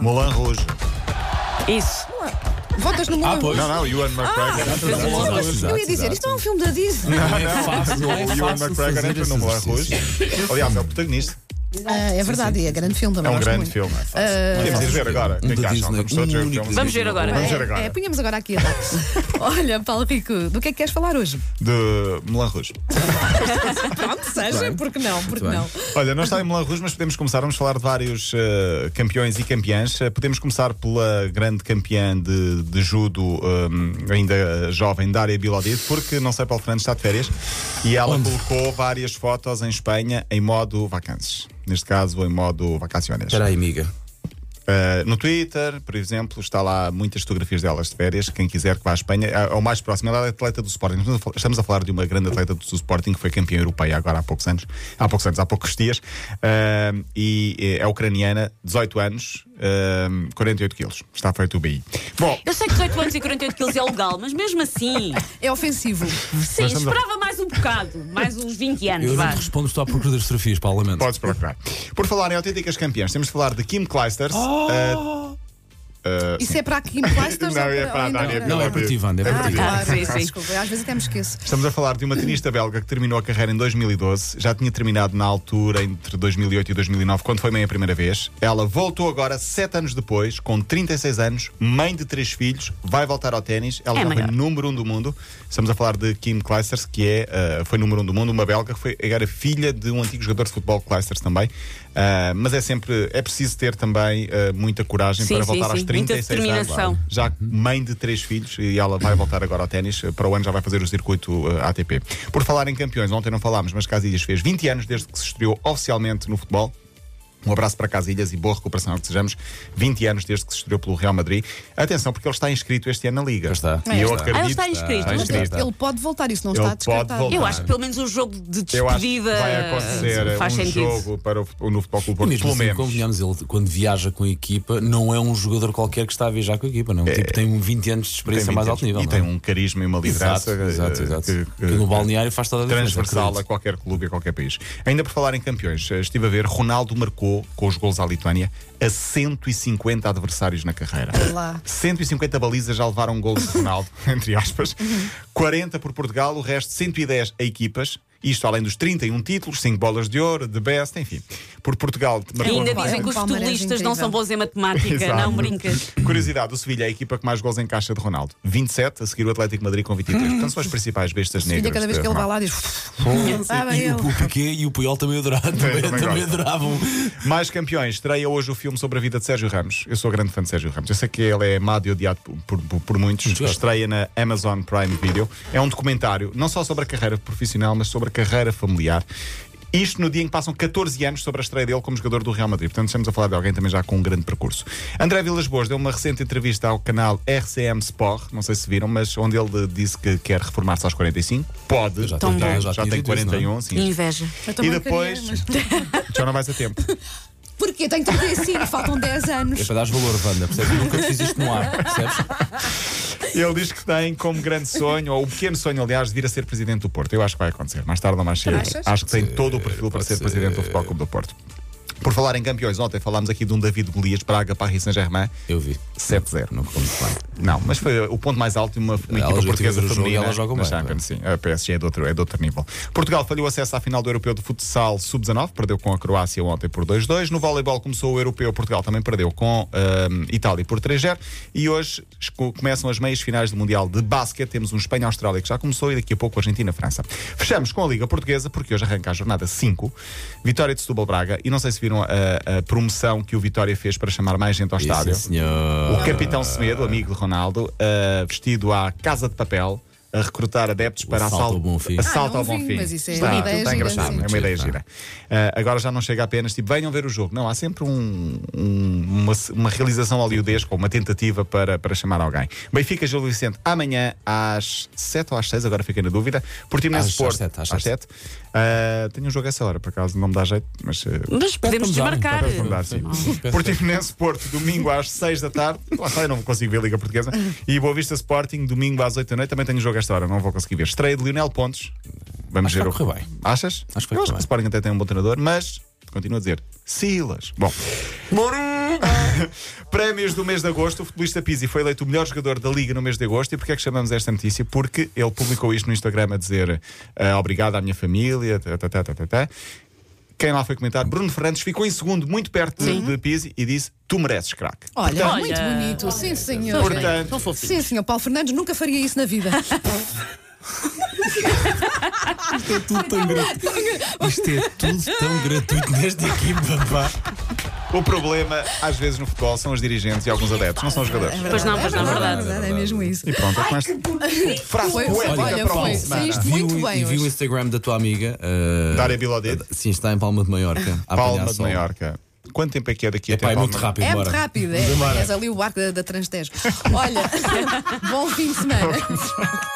Moulin Rouge. Isso. Votas no Ah, mundo. pois. Não, não, Ewan McGregor. um eu ia dizer, isto não é um filme da Disney. não é fácil. Não é O Ewan fácil McGregor fazer entra no esse Moulin Rouge. exercício. Aliás, é o protagonista. Ah, é verdade, e é grande filme É também. um gosto grande muito. filme. Ah, Podemos ir ver agora. O que é Um que da acham? Disney, Vamos todos um ver o único filme. da Vamos ver Disney. agora. Vamos ver é, é, agora. punhamos agora aqui a data. Olha, Paulo Rico, do que é que queres falar hoje? De Moulin Rouge. Ah, Pronto, seja, porque não, porque bem. não. Olha, não está em Moulin Rouge, mas podemos começar. Vamos falar de vários eh, campeões e campeãs. Eh, podemos começar pela grande campeã de, de judo, eh, ainda jovem, Dária Bilodid, porque não sei, Paulo Fernandes está de férias e ela colocou várias fotos em Espanha em modo vacances. Neste caso, em modo vacaciones. Espera aí, amiga. Eh, no Twitter, por exemplo, está lá muitas fotografias delas de férias. Quem quiser que vá à Espanha, é o mais próximo. Ela é atleta do Sporting. Estamos a fal- Estamos a falar de uma grande atleta do Sporting que foi campeã europeia agora há poucos anos, há poucos anos, há poucos dias. Eh, e eh, é ucraniana, 18 anos, eh, 48 quilos. Está feito o BI. Bom, Eu sei que 18 anos e 48 quilos é legal, mas mesmo assim, É ofensivo. sim, Nós estamos a- esperava mais um bocado, mais uns 20 anos, Eu não vá. te respondo, estou à procura das fotografias, Paulo. Lamento. podes procurar. Por falar em autênticas campeãs, temos de falar de Kim Clijsters. eh, Isso é para a Kim Clijsters? Não, ou é para a Dária Não, Bilodid. é para ti, Wanda, é para Ah, tá. ti. claro, Sim, sim. desculpa, às vezes até me esqueço. Estamos a falar de uma tenista belga que terminou a carreira em 2012. Já tinha terminado na altura entre 2008 e 2009, quando foi mãe a primeira vez. Ela voltou agora, sete anos depois, com 36 anos, mãe de três filhos, vai voltar ao ténis. Ela É já maior. foi número um do mundo. Estamos a falar de Kim Clijsters, que é, ah, foi número um do mundo, uma belga, que foi, era filha de um antigo jogador de futebol, Clijsters também. Ah, mas é sempre, é preciso ter também ah, muita coragem Sim, para sim, voltar sim. aos Muita 36 anos. determinação. Claro já mãe de três filhos e ela vai voltar agora ao ténis. eh, Para o ano já vai fazer o circuito eh, ATP. Por falar em campeões, ontem não falámos, mas Casilhas fez 20 anos desde que se estreou oficialmente no futebol. Um abraço para Casilhas e boa recuperação, ao que desejamos. 20 anos desde que se estreou pelo Real Madrid. Atenção, porque ele está inscrito este ano na Liga. está. E eu Ah, ele acredito. Ah, ele está inscrito. Está mas- inscrito. é Ele pode voltar, isso não Ele está pode descartado. voltar. Eu acho que pelo menos um jogo de Eu acho que despedida vai acontecer faz um sentido. jogo para o, fut- no Futebol Clube do E Porto, mesmo pelo assim, menos. convenhamos, ele quando viaja com a equipa, não é um jogador qualquer que está a viajar com a equipa, não. Tipo, tem um 20 anos de É. Tem experiência a 20 mais anos. alto nível. E não tem é? um carisma e uma liderança. Exato, exato, eh, exato. que- Que no balneário faz toda a diferença, Transversal a acredito. qualquer clube e a qualquer país. Ainda por falar em campeões, eh, estive a ver, Ronaldo marcou com os gols à Lituânia a 150 adversários na carreira. Lá. 150 balizas já levaram gols de Ronaldo, entre aspas. 40 por Portugal, o resto 110 a equipas. Isto além dos 31 títulos, 5 bolas de ouro, de best, enfim. Por Portugal, E marcou ainda Pá, é dizem um que os palmarés futebolistas incrível. não são bons em matemática, Exato. não brincas. Curiosidade, o Sevilha é a equipa que mais gols encaixa de Ronaldo. 27, a seguir o Atlético de Madrid com 23. Portanto, são as principais bestas Filha, negras. cada vez de que ele vai Ronaldo. lá diz. Ah, bem, E ele. o, o Piquet e o Puyol também adoraram. Também, também também gosto. adoravam. Mais campeões, estreia hoje o filme sobre a vida de Sérgio Ramos. Eu sou grande fã de Sérgio Ramos. Eu sei que ele é amado e odiado por, por- por- por muitos. Muito bem. Estreia na Amazon Prime Video. É um documentário, não só sobre a carreira profissional, mas sobre a carreira familiar. Isto no dia em que passam 14 anos sobre a estreia dele como jogador do Real Madrid. Portanto, estamos a falar de alguém também já com um grande percurso. André Vilas Boas deu uma recente entrevista ao canal RCM Sport, não sei se viram, mas onde ele disse que quer reformar-se aos 45. Pode, já já, Tão tem, bom. já, Já tinha tem dito isso, não é? 41, sim. Inveja. Eu também E depois- queria, mas- Já não vais a tempo. Porquê? Tenho 35, faltam 10 anos. É para dar valor, Wanda, percebes? Eu nunca te fiz isto no ar, percebes? Ele diz que tem como grande sonho, ou o pequeno sonho, aliás, de vir a ser presidente do Porto. Eu acho que vai acontecer, mais tarde ou mais cedo. Achas? Acho que tem todo o perfil para pode ser ser. presidente do Futebol Clube do Porto. Por falar em campeões, ontem falámos aqui de um David Golias, Braga, Paris Saint-Germain, Eu vi. 7-0. Não como bem. Não, mas foi o ponto mais alto de uma, uma Elas equipa já portuguesa tiveram o jogo feminina. e elas jogam na bem, Champions, sim. A PSG é de, outro, é de outro nível. Portugal falhou acesso à final do Europeu de Futsal Sub-19, perdeu com a Croácia ontem por 2-2. No voleibol começou o Europeu, Portugal também perdeu com ahm, Itália por 3-0. E hoje esco- começam as meias finais do Mundial de Basquete. Temos um Espanha-Austrália que já começou e daqui a pouco Argentina-França. Fechamos com a Liga Portuguesa, porque hoje arranca a jornada 5. Vitória de Setúbal-Braga. E não sei se viram a, a promoção que o Vitória fez para chamar mais gente ao estádio. Isso, senhor. O capitão Semedo, amigo de Ronaldo, ah, vestido à casa de papel, a recrutar adeptos para assalto assalto, ao Bom Fim. assalto Ah, não ao bom vi, fim. mas isso é está, uma ideia está gira, engraçado, sim. é uma ideia gira. Ah, agora já não chega apenas tipo, venham ver o jogo. Não, há sempre um- um- uma, uma realização hollywoodesca ou uma tentativa para, para chamar alguém. Benfica, Gil Vicente, amanhã às 7 ou às 6, agora fiquei na dúvida. Portimonense Às- às Porto, sete, às sete. sete. Ah, tenho um jogo a essa hora, por acaso não me dá jeito, mas ah, Mas podemos desmarcar. Parece mudar, sim. Portimonense Porto, domingo às 6 da tarde. Lá está, eu não consigo ver a Liga Portuguesa. E Boa Vista Sporting, domingo às 8 da noite. Também tenho jogo a esta hora, não vou conseguir ver. Estreia de Lionel Pontes. Vamos Acho que ver vai o- correr bem. Achas? Acho que vai Eu correr o bem. Sporting até tem um bom treinador, mas Continua a dizer Silas. Bom. Prémios do mês de agosto. O futebolista Pizzi foi eleito o melhor jogador da Liga no mês de agosto. E porquê é que chamamos esta notícia? Porque ele publicou isto no Instagram a dizer ah, obrigado à minha família. tá, tá, tá, tá, tá, tá. Quem lá foi comentar? Bruno Fernandes ficou em segundo, muito perto de, de Pizzi, e disse: Tu mereces, craque. Olha, Portanto- muito Olha. bonito. Sim, senhor. Portanto- São fofinhos. Sim, senhor. Paulo Fernandes nunca faria isso na vida. Tudo tão gratuito. Isto é tudo tão gratuito nesta equipa, pá. O problema, às vezes, no futebol são os dirigentes e alguns adeptos, não são Ah, os jogadores. Pois não, pois não, é verdade. É mesmo isso. E pronto, é com esta frase Foi- poética olha, para foi. a semana. Saíste Vi muito o- bem e vi o hoje. Instagram da tua amiga. eh, Dária Bilodid, Sim, está em Palma de Maiorca. a Palma apanhar de sol. Maiorca. Quanto tempo é que é daqui É até pá, é Palma? muito rápido, É muito bora. rápido, é. És ali o barco da, da Transtejo. Olha, bom fim de semana.